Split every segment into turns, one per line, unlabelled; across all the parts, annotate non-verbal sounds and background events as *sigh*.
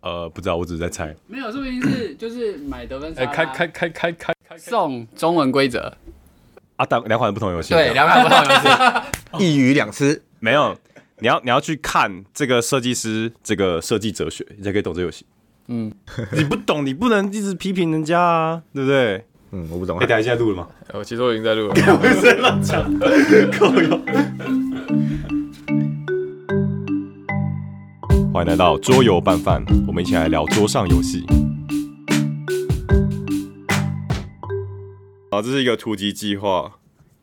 呃，不知道，我只是在猜。
没有，说不定是就是买得分沙
哎、
拉
开开开开开开
送中文规则，
啊，当两款不同游戏。
对，两款 *laughs* 不同游戏。
*laughs* 一鱼两吃，
没有，你要你要去看这个设计师这个设计哲学，你才可以懂这游戏。嗯，你不懂，你不能一直批评人家啊，对不对？
嗯，我不懂
哎、。等一下录
*laughs*
了吗？
我哦其实我已经在
*laughs*
录了。
欢迎来到桌游拌饭，我们一起来聊桌上游戏。啊，这是一个突击计划，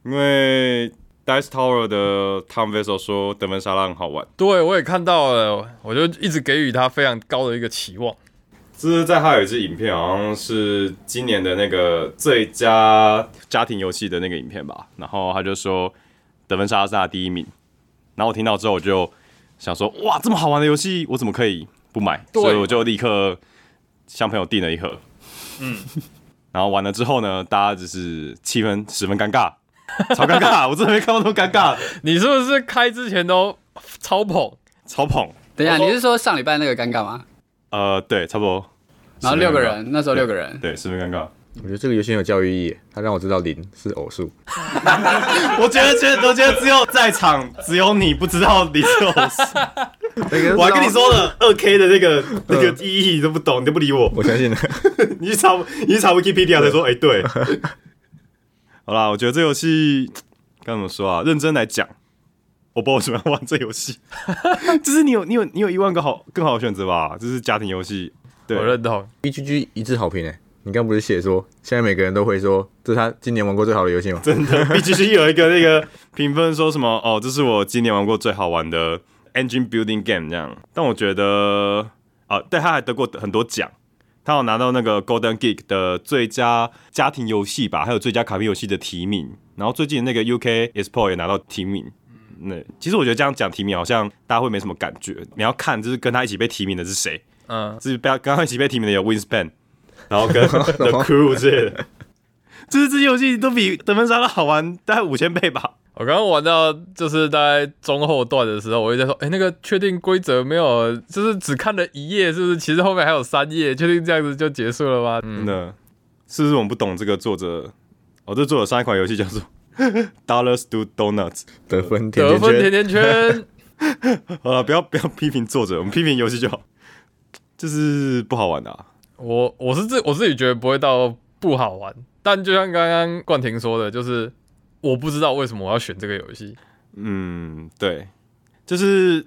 因为 Dice Tower 的 Tom Vessel 说德文沙拉很好玩，
对，我也看到了，我就一直给予他非常高的一个期望。
这是在还有一支影片，好像啊是今年的那个最佳家庭游戏的那个影片吧。然后他就说德文沙拉是他第一名，然后我听到之后我就想说，哇，这么好玩的游戏，我怎么可以不买？
对
所以我就立刻向朋友订了一盒。嗯，然后完了之后呢，大家就是气氛十分尴尬，超尴尬，我真的没看过那么尴尬，
你是不是开之前都超捧？
超捧。
等一下，
我说
你是说上礼拜那个尴尬吗？
呃，对，差不多。
然后六个
十分
人，那时候六个人
尴尬，，对，十分尴尬。
我觉得这个游戏很有教育意义，它让我知道零是偶数。
*laughs* 我觉得，觉得，我觉得只有在场只有你不知道你是偶像 *laughs* 我还跟你，说了，二 K 的那个那个意义你都不懂，你都不理我。
我相信了。 *laughs*
你去查，你去查 Wikipedia 才说，哎、对。好啦，我觉得这游戏该怎么说啊？认真来讲，我不知道为什么要玩这游戏。就是你有你有你有一万个好更好的选择吧，这是家庭游戏。对
我认同。
B E G G 一致好评诶、欸你刚不是写说现在每个人都会说这是他今年玩过最好的游戏吗？
真的，B G G 有一个那个评分说什么哦，这是我今年玩过最好玩的 engine building game 这样。但我觉得啊，对，他还得过很多奖，他有拿到那个 Golden Geek 的最佳家庭游戏吧，还有最佳卡片游戏的提名。然后最近那个 UK Expo 也拿到提名。那其实我觉得这样讲提名好像大家会没什么感觉，你要看就是跟他一起被提名的是谁，
嗯，
是被他刚刚一起被提名的有 Winspan，然 *laughs* 后跟 The Crew 之类的，就是 *laughs* 这些游戏都比得分沙拉好玩大概五千倍吧。
我刚刚玩到就是大概中后段的时候，我就在说，哎、那个确定规则没有，就是只看了一页，是不是？其实后面还有三页，确定这样子就结束了吗？
真
嗯，
的，是不是我们不懂这个作者？哦，这作者上一款游戏叫做 *laughs* Dollars to Donuts。
得分甜
得
甜
分甜
圈，
甜圈，
好了，不要不要批评作者，我们批评游戏就好。就是不好玩的、啊，
我我是自我自己觉得不会到不好玩，但就像刚刚冠廷说的，就是我不知道为什么我要选这个游戏。
嗯，对，就是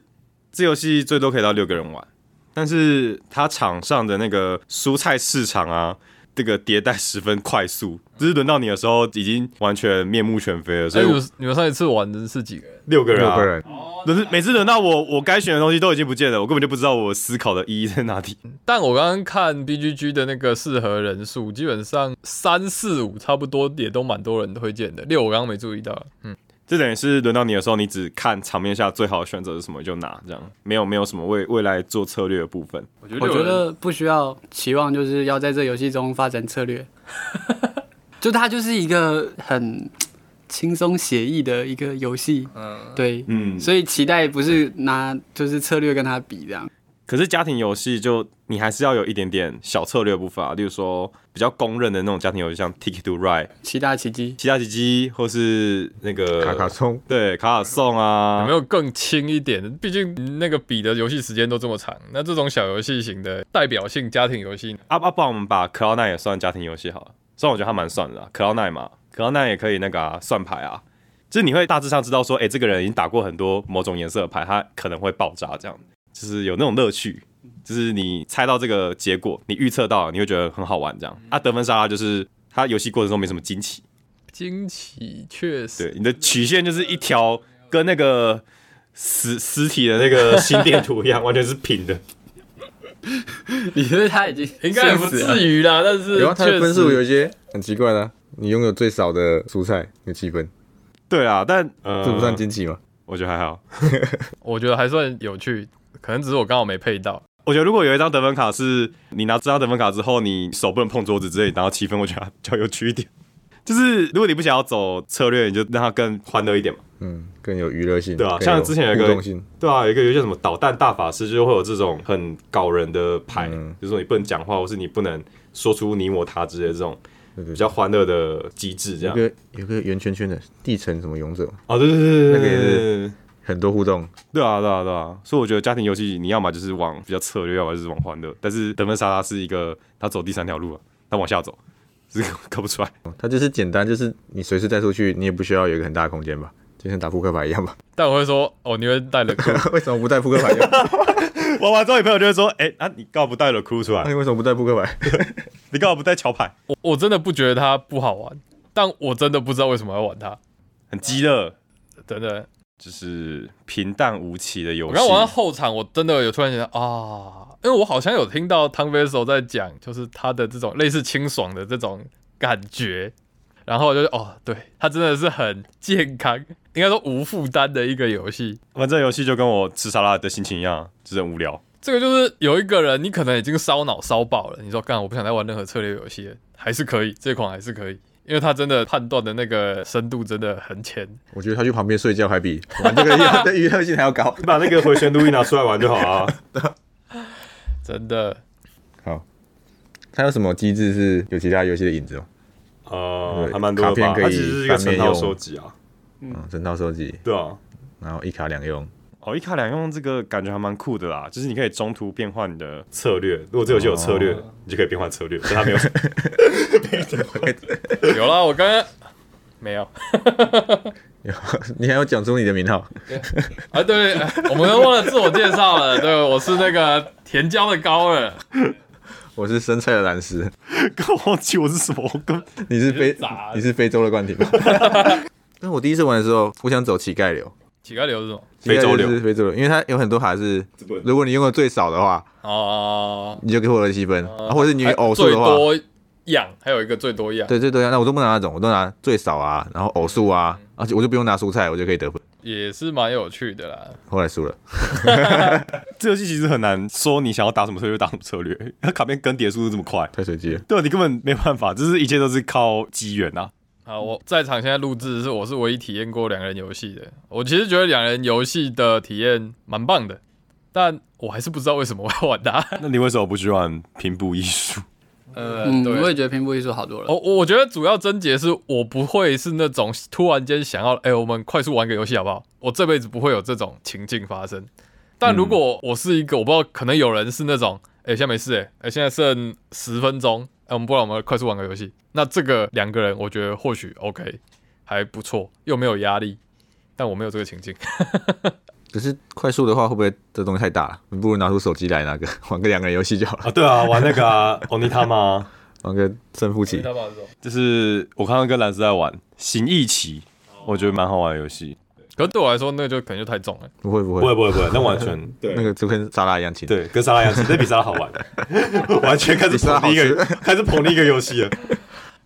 这游戏最多可以到六个人玩，但是它场上的那个蔬菜市场啊，这个迭代十分快速，就是轮到你的时候已经完全面目全非了，所
所
以
以哎你
我
们你们上一次玩的是几个人？
六个人、
哎六
啊，
个人，
轮每次轮到我，我该选的东西都已经不见了，我根本就不知道我思考的意义在哪里。
但我刚刚看 B G G 的那个适合人数，基本上三四五差不多也都蛮多人推荐的。六我刚刚没注意到，嗯，
这等于是轮到你的时候，你只看场面下最好的选择是什么就拿，这样没有没有什么未未来做策略的部分。
我觉
我觉得不需要期望，就是要在这游戏中发展策略。 *laughs* 就它就是一个很轻松写意的一个游戏，
嗯，
对，
嗯，
所以期待不是拿就是策略跟它比这样。
可是家庭游戏就你还是要有一点点小策略的部分啊，例如说比较公认的那种家庭游戏，像 Ticket to Ride、
七大奇迹，
其他奇迹，或是那个
卡嗯卡冲，
对卡卡颂
有
啊
没，有更轻一点的？毕竟那个比的游戏时间都这么长，那这种小游戏型的代表性家庭游戏呢，
啊啊，不然我们把 Cloud Nine 也算家庭游戏好了，虽然我觉得它蛮算的、啊、，Cloud Nine 嘛，Cloud Nine 也可以那个、啊、算牌啊，就是你会大致上知道说，哎、这个人已经打过很多某种颜色的牌，他可能会爆炸，这样就是有那种乐趣。就是你猜到这个结果，你预测到了，你会觉得很好玩，这样。啊，得分沙拉就是它游戏过程中没什么惊奇，
惊奇确实
对，你的曲线就是一条跟那个实实体的那 *laughs* 个心电图一样，完全是平的。
*laughs* 你觉得它已经
应该也不
生死了
至于啦，但
啊
是
然后它
确
的
实
分啊数有一些很奇怪的啊，你拥有最少的蔬菜有七分，
*laughs* 对啊，但呃
这不算惊奇吗？
我觉得还好。
我觉得还算有趣，可能只是我刚好没配到。
我觉得如果有一张得分卡是你拿这张得分卡之后，你手不能碰桌子之类，拿到七分，我觉得比较有趣一点。就是如果你不想要走策略，你就让它更欢乐一点嘛，
嗯，更有娱乐性，
对啊，
更有
像之前有一
互
个
动性，，
对啊，有一个游戏叫什么“导弹大法师”，就是会有这种很搞人的牌，
嗯
就是说你不能讲话，或是你不能说出你我他之类的这种
对对
比较欢乐的机制，这样。
有个有个圆圈圈的地层什么勇者，
哦，对对对对对对
那个也
对对，
很多互动，
对啊对啊对啊，所以我觉得家庭游戏你要么就是往比较策略，要么就是往欢乐，但是得分沙拉是一个他走第三条路了，他往下走，这个 *laughs* 搞不出来。
哦它就是简单，就是你随时带出去，你也不需要有一个很大的空间吧，就像打扑克牌一样吧？
但我会说，哦，你会带了哭，
*laughs* 为什么不带扑克牌一 *laughs* 样？
玩完之后，你朋友就会说：“哎、啊，你干嘛不带了哭出
那
来？ *laughs*
你为什么不带扑克牌？ *laughs*
你干嘛不带桥牌？
我我真的不觉得它不好玩，但我真的不知道为什么要玩它，
很激烈，
真的。
就是平淡无奇的游
我
戏。”
啊刚玩到后场，我真的有突然觉得啊，因为我好像有听到汤 v e s o 在讲，就是他的这种类似清爽的这种感觉，然后我就哦，对，它真的是很健康，应该说无负担的一个游戏。
玩这游戏就跟我吃沙拉的心情一样，就是很无聊。
这个就是有一个人，你可能已经烧脑烧爆了，你说干，我不想再玩任何策略游戏了，还是可以，这款还是可以，因为他真的判断的那个深度真的很浅。
我觉得他去旁边睡觉还比玩这个要对娱乐 *laughs* 性还要高。
你把那个回旋路一拿出来玩就好了、啊。 *laughs*
真的，
好，它有什么机制是有其他游戏的影子哦？
呃，
对
还蛮多的吧
卡片？可以
它其实是一个成
翻面
套
用
收集啊，
嗯，整套收集，
对啊。
然后一卡两用， *laughs*
哦，一卡两用这个感觉还蛮酷的啦，就是你可以中途变换你的哦策略。如果这游戏有策略，你就可以变换策略，但它没 *laughs* 有。
有啦，我刚刚没有。
你还要讲出你的名号，
啊，对，哎我们都忘了自我介绍了。对，我是那个甜椒的高尔，
我是生菜的蓝斯，
我忘记我是什么，我跟
你是
你
非
是傻
你是非洲的冠 *laughs* 廷。但我第一次玩的时候，我想走乞丐流，
乞丐流是什么？
非洲流
乞丐就是非洲流，因为它有很多卡是，如果你用的最少的话，
哦、
你就可以获得七分，
呃
啊或者是你
还
偶数
最
的话，
多样，还有一个最多样，
对最多呀，那我都不拿那种，我都拿最少啊，然后偶数啊，而且我就不用拿蔬菜，我就可以得分。
也是蛮有趣的啦。
后来输了，
这游戏其实很难说你想要打什么策略就打什么策略，它卡片更迭速度这么快，
太随机了。
对啊，你根本没办法，就是一切都是靠机缘啊。
好，
嗯
我在场现在录制是我是唯一体验过两人游戏的。我其实觉得两人游戏的体验蛮棒的，但我还是不知道为什么我要玩它。 *laughs*
那你为什么不去玩平步艺术？ *laughs*
呃，
嗯，
对，
我也觉得平步艺术好多了。
我我觉得主要症结是我不会是那种突然间想要，哎、我们快速玩个游戏好不好？我这辈子不会有这种情境发生。但如果我是一个，我不知道，可能有人是那种，哎、现在没事、哎、哎，现在剩十分钟，哎、我们不然我们快速玩个游戏。那这个两个人，我觉得或许 OK，还不错，又没有压力。但我没有这个情境，
可是快速的话，会不会这东西太大了？ *laughs* 你不如拿出手机来拿个玩个两个人游戏就好了，
啊，对啊，玩那个啊，欧尼他妈。
玩个胜负棋。
*laughs* 就是我刚刚跟蓝斯在玩《行义棋》，我觉得蛮好玩的游戏。
可是对我来说，那个就可能就太重了。
不会不
不会
会，
不会不会，那完全
那个就跟沙拉一样轻。，
对，跟沙拉一样，那比沙拉好 *laughs* 玩，完全开始
比沙拉
捧
好
另一
吃
个，开始捧另一个游戏了。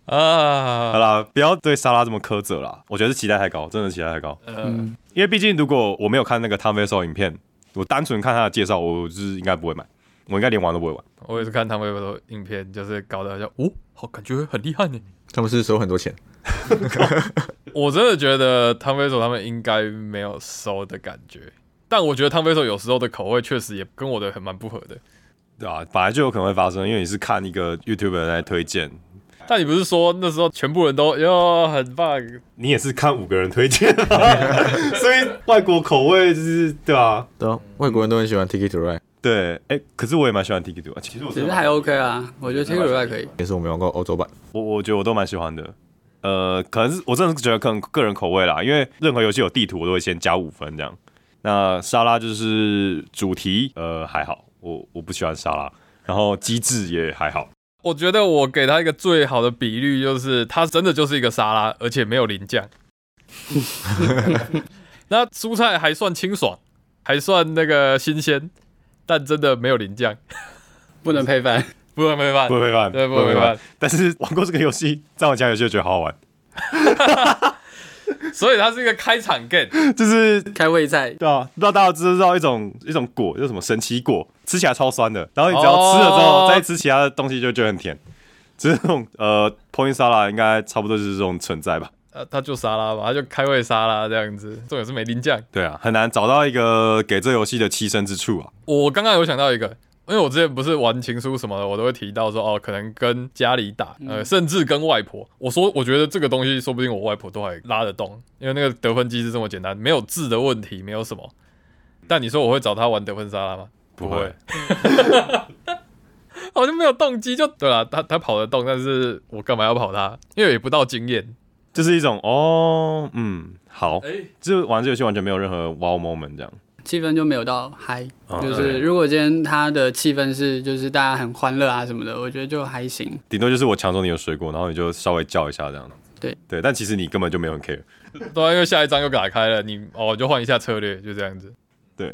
好
啊，
啦，不要对沙拉这么苛责啦，我觉得是期待太高，真的期待太高。
呃
嗯，
因为毕竟如果我没有看那个 Tom v e s o 影片，我单纯看他的介绍，我就是应该不会买，我应该连玩都不会玩。
我也是看他们有的影片，就是搞得好像，哦，好感觉很厉害呢。
他们是不是收很多钱，
我真的觉得汤飞手他们应该没有收的感觉，但我觉得汤飞手有时候的口味确实也跟我的很蛮不合的。
对啊，本来就有可能会发生，因为你是看一个 YouTuber 在推荐，
但你不是说那时候全部人都哟很棒？
你也是看五个人推荐， *laughs* 所以外国口味就是对啊，
对啊，外国人都很喜欢 Tiki to Ride，
对，哎、可是我也蛮喜欢 Tiki Do，其实我
其实还 OK 啊，我觉得 t i k t o 可以。
也是我没玩过欧洲版。
我我觉得我都蛮喜欢的。呃，可能是我真的是觉得可能个人口味啦，因为任何游戏有地图我都会先加五分这样。那沙拉就是主题，呃，还好，我我不喜欢沙拉，然后机制也还好。
我觉得我给他一个最好的比率就是，他真的就是一个沙拉，而且没有淋酱。那蔬菜还算清爽，还算那个新鲜，但真的没有淋酱，
不能配饭，
不会没办
不
法，
会陪伴，
对不会没办
伴
法。。
但是玩过这个游戏，再玩其他游戏就觉得好好玩，
所以它是一个开场 game。
就是
开胃菜。
对啊，不知道大家知不知道一种一种果叫什么神奇果，吃起来超酸的，然后你只要吃了之后、
哦
再吃其他的东西就觉得很甜，这种呃 Point Sala 应该差不多就是这种存在吧？
呃，他就沙拉嘛，他就开胃沙拉这样子，重点是没零酱。
对啊，很难找到一个给这游戏的栖身之处啊。
我刚刚有想到一个，因为我之前不是玩情书什么的，我都会提到说哦，可能跟家里打，呃，甚至跟外婆。我说，我觉得这个东西说不定我外婆都还拉得动，因为那个得分机制这么简单，没有字的问题，没有什么。但你说我会找他玩得分沙拉吗？
不
不
会，
*laughs* 好像没有动机就对了。他他跑得动，但是我干嘛要跑他？因为也不到经验。
就是一种哦，嗯，好，
哎、
就是玩这游戏完全没有任何 wow moment 这样。
气氛就没有到嗨，
哦
就是
对
如果今天他的气氛是就是大家很欢乐啊什么的，我觉得就还行。
顶多就是我抢走你的水果，然后你就稍微叫一下这样。
对
对，但其实你根本就没有很 care。
对啊，因为下一张又打开了，你哦就换一下策略，就这样子。
对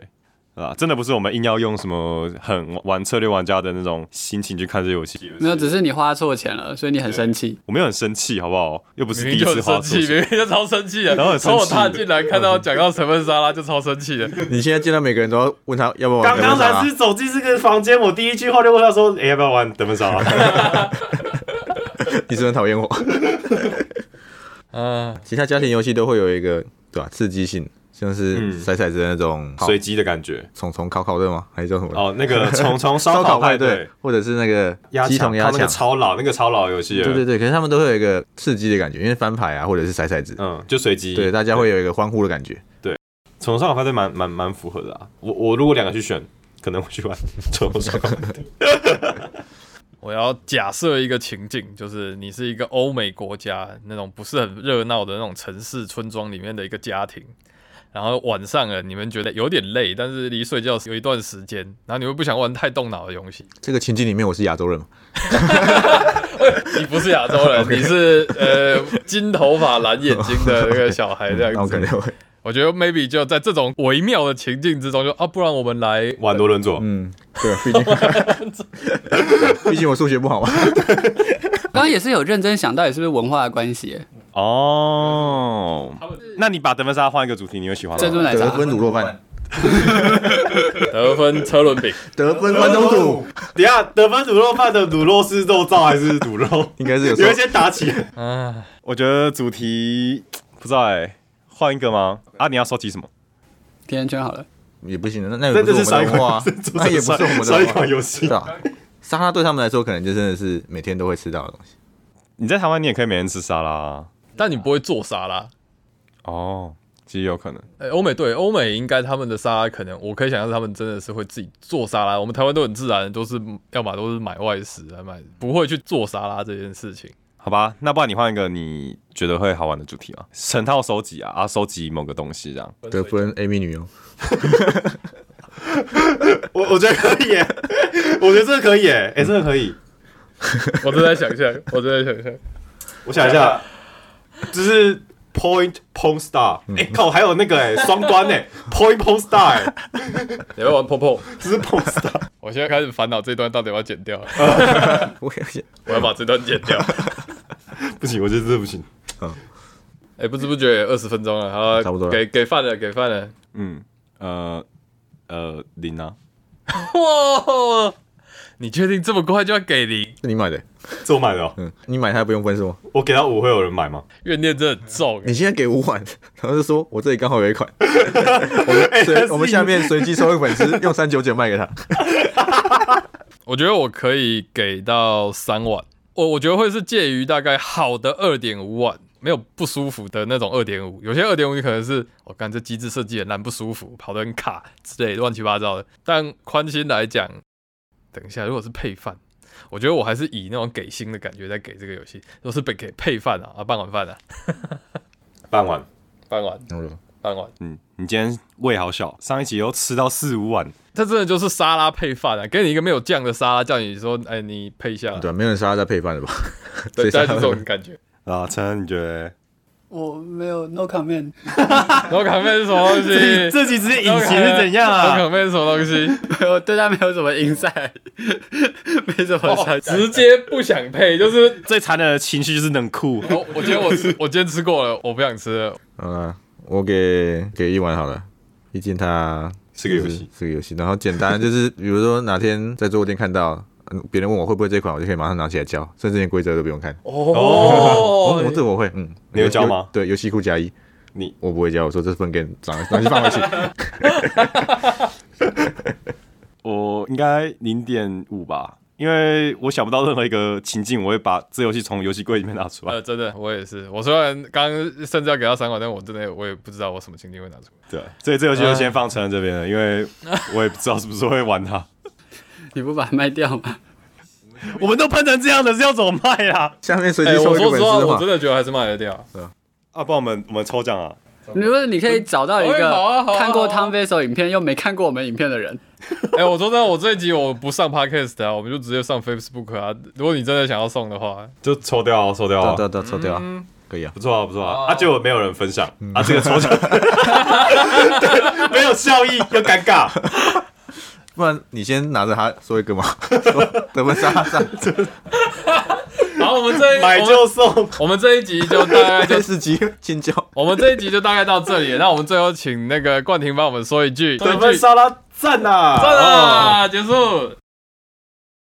啊，真的不是我们硬要用什么很玩策略玩家的那种心情去看这游戏。
没有，只是你花错钱了，所以你很生气。
我没有很生气，好不好？又不
明
是第
明
一
就
次
很
花
生
错
气，明
钱。
明就超生气的，
然后很生
从
气
我踏进来看到讲到成分沙拉就超生气的，
你现在见到每个人都要问他要不要玩
刚
德文
刚
莎拉
才是走进这个房间，我第一句话就问他说：“哎、要不要玩等分杀、
*laughs* 你是不是很讨厌我？ *laughs*
嗯，
其他家庭游戏都会有一个对吧、刺激性，像是
嗯
骰骰子的那种
*laughs*
烤
随机的感觉。
虫虫烤烤的吗？还是叫什么？
哦，那个虫虫烧
烧
烤
烤
派
派
对
对，，或者是那个
压
鸡
强，
同
他
鸭
那个
抢，
超老，那个超老游戏了。
对对对，可是他们都会有一个刺激的感觉，因为翻牌啊，或者是骰骰子，
嗯，就随机。
对，大家会有一个欢呼的感觉。
虫烧烤派对蛮蛮蛮符合的啊。我我如果两个去选，可能会去玩虫烧烤派对。
我要假设一个情境，就是你是一个欧美国家那种不是很热闹的那种城市村庄里面的一个家庭，然后晚上啊了，你们觉得有点累，但是离睡觉有一段时间，然后你们不想玩太动脑的游戏。
这个情境里面，我是亚洲人嘛，
你不是亚
*laughs*
洲人，你是呃金头发蓝眼睛的那个小孩这
*laughs*
样
那
嗯
我
子。
可能会，
我觉得 maybe 就在这种微妙的情境之中就，啊，不然我们来
玩多伦佐，
嗯，对，毕 *laughs* 竟，毕竟我数学不好嘛。
刚刚也是有认真想到底是不是文化的关系耶，
哦，那你把德文莎换一个主题，你会喜
哦
欢
珍珠
吗？
奶
得
茶。
分卤肉饭，
得分车轮饼。
得分关东煮，？
等一下得分卤肉饭的卤肉是肉燥还是卤肉
应 *laughs* 该是有
你
时候
们先打起。
啊，
我觉得主题不知道哎，换一个吗？啊，你要收集什么？
甜甜圈好了，
也不行的，那那
这
也不
这
是
是
我
少
们
一
的文化啊
款，， *laughs*
那也不是我们的啊
少一
文化
款游
是
戏。
吧？沙拉对他们来说，可能就真的是每天都会吃到的东西。
你在台湾，你也可以每天吃沙拉啊
*laughs* 但你不会做沙拉。
哦，其实有可能。
哎，欧美对欧美应该他们的沙拉可能，我可以想象他们真的是会自己做沙拉。我们台湾都很自然，都是要么都是买外食来买，不会去做沙拉这件事情。
好吧，那不然你换一个你觉得会好玩的主题啊，成套收集啊，啊，收集某个东西这样。
得分 Amy 女佣， *laughs*
我我觉得可以耶， *laughs* 我觉得这个可以耶，哎、这个可以。
*laughs* 我正在想象，我正在想象。
我想一下，就是 Point Pong Star，哎、靠，还有那个哎双关哎 Point Pong Star，哎，
*laughs* 你要玩 Popo？
这是 Pong *laughs* Star。
*laughs* 我现在开始烦恼这段到底要不要剪掉，
我也想
*laughs* 我要把这段剪掉。
不行，我觉得这不行。
*laughs* 哎、不知不觉二十分钟了，好，
差不多了
给给饭了，给饭了。
嗯，呃呃，零啊，
哇， *laughs* 你确定这么快就要给零？
是你买的，
这我买的、哦，
嗯，你买它不用分数吗？
我给到五会有人买吗？
怨念真的很 *laughs* 重、
你现在给五款，然后就说我这里刚好有
*laughs*
一款，我
哎
们
他
随
是
我们下面随机抽一粉丝，用三九九卖
*laughs*
给他。
我觉得我可以给到三万，我我觉得会是介于大概好的二点五万，没有不舒服的那种二点五。有些二点五你可能是我看、干这机制设计很烂，不舒服，跑得很卡之类乱七八糟的。但宽心来讲，等一下如果是配饭，我觉得我还是以那种给星的感觉在给这个游戏。如果是被给配饭啊啊半碗饭啊
半碗。
半碗半碗，
嗯，你今天胃好小，上一集又吃到四五碗，
它真的就是沙拉配饭啊，给你一个没有酱的沙拉，叫你说哎你配一下，
对啊，没有人杀他再配饭的吧？
对，
谁杀
大概是这种感觉。
啊，陈，你觉得？
我没有 no comment。
然后卡片是什么
*laughs*
东西？
这集直接
隐
隐形是怎样 *laughs* 啊？
可妹是什么
*laughs*
东西？
我对他没有什么 insight，没什
*laughs*
么想象。
哦直接不想配， *laughs* 就是
最残忍的情绪就是冷酷。
我哦我今天我吃我今天吃过了，我不想吃了。
好啦，我给给一碗好了，毕竟它
是个游戏，
*laughs* 是个游戏。然后简单就是，比如说哪天在桌游店看到，嗯别人问我会不会这款，我就可以马上拿起来教，甚至连规则都不用看。
哦
哦，我这我会，嗯，
你有教吗
游对，游戏库加一，
你
我不会教，我说这份给你拿拿去
*laughs*
放回去。
哦我应该零点五吧，因为我想不到任何一个情境，我会把这游戏从游戏柜里面拿出来。
*laughs* 呃，真的，我也是。我虽然刚刚甚至要给他三款，但我真的我也不知道我什么情境会拿出来。
对，所以这游戏就先放成人这边了，因为我也不知道是不是会玩它。
你不把它卖掉吗？
*laughs* 我们都喷成这样的，是要怎么卖啊？
下面随机
哎、我
抽一个
说
粉
实话，
丝
我
话
真，的觉得还是卖
*laughs*
得掉。
啊，不然我们我们抽奖啊，
你不是你可以找到一
哦哎好啊
个
好啊
看过
好啊
Tom Vessel 影片又没看过我们影片的人，
哎、我说真的，我这一集我不上 podcast 啊，我们就直接上 Facebook 啊。如果你真的想要送的话，
就抽掉、啊，抽掉、啊，
对对对，抽掉啊，可以啊。
不错啊，不错
好
啊。
啊
啊，结果没有人分享啊，这个抽 *laughs* 奖对没有效益又尴尬。
不然你先拿着它说一个嘛， *laughs* 说得不杀杀，
*laughs* 好，我们这一
买
*laughs*
就送，
我们这一集就大概就
电视机 *laughs* 青椒，
*laughs* 我们这一集就大概到这里了。那我们最后请那个冠廷帮我们说一句，说一
得分
句，
沙拉赞啊，
算了，结束。